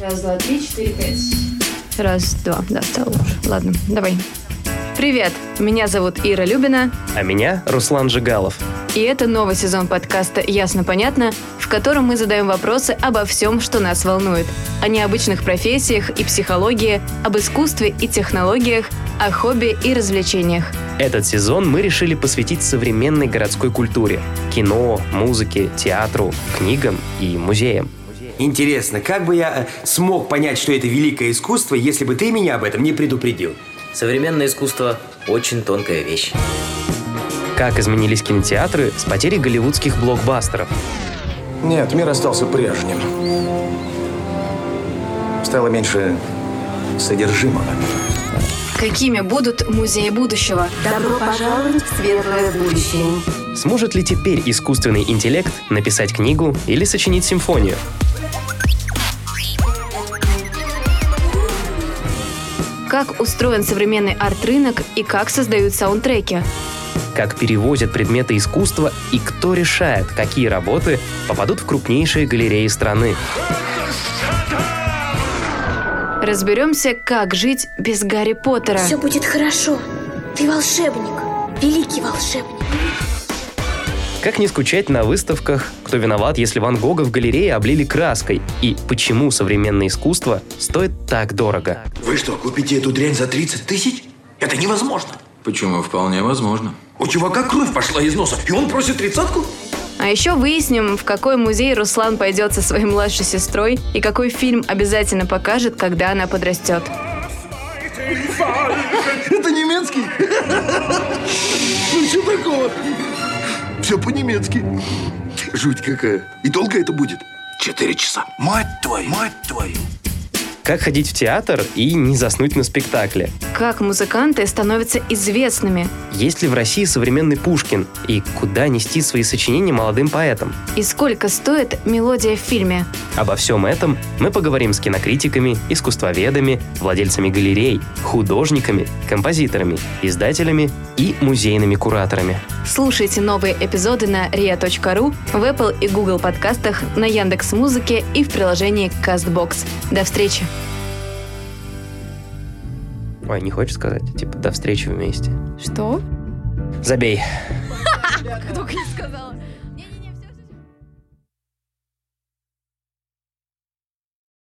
Раз, два, три, четыре, пять. Раз, два. Да, стало лучше. Ладно, давай. Привет, меня зовут Ира Любина, А меня Руслан Жигалов. и это новый сезон подкаста «Ясно-понятно», в котором мы задаем вопросы обо всем, что нас волнует. О необычных профессиях и психологии, об искусстве и технологиях, о хобби и развлечениях. Этот сезон мы решили посвятить современной городской культуре. Кино, музыке, театру, книгам и музеям. Интересно, как бы я э, смог понять, что это великое искусство, если бы ты меня об этом не предупредил? Современное искусство – очень тонкая вещь. Как изменились кинотеатры с потерей голливудских блокбастеров. Нет, мир остался прежним. Стало меньше содержимого. Какими будут музеи будущего? Добро пожаловать в светлое будущее. Сможет ли теперь искусственный интеллект написать книгу или сочинить симфонию? Как устроен современный арт-рынок и как создают саундтреки? Как перевозят предметы искусства и кто решает, какие работы попадут в крупнейшие галереи страны? Разберемся, как жить без Гарри Поттера. Все будет хорошо. Ты волшебник, великий волшебник. Как не скучать на выставках, кто виноват, если Ван Гога в галерее облили краской, и почему современное искусство стоит так дорого. Вы что, купите эту дрянь за 30 тысяч? Это невозможно. Почему? Вполне возможно. У чувака кровь пошла из носа, и он просит тридцатку? А еще выясним, в какой музей Руслан пойдет со своей младшей сестрой и какой фильм обязательно покажет, когда она подрастет. Это немецкий? Ну что такого? Все по-немецки. Жуть какая. И долго это будет? Четыре часа. Мать твою! Мать твою! Как ходить в театр и не заснуть на спектакле. Как музыканты становятся известными? Есть ли в России современный Пушкин? И куда нести свои сочинения молодым поэтам? И сколько стоит мелодия в фильме? Обо всем этом мы поговорим с кинокритиками, искусствоведами, владельцами галерей, художниками, композиторами, издателями и музейными кураторами. Слушайте новые эпизоды на ria.ru, в Apple и Google подкастах, на Яндекс.Музыке и в приложении CastBox. До встречи! Ой, не хочешь сказать? Типа, до встречи вместе. Что? Забей. Как только я сказала.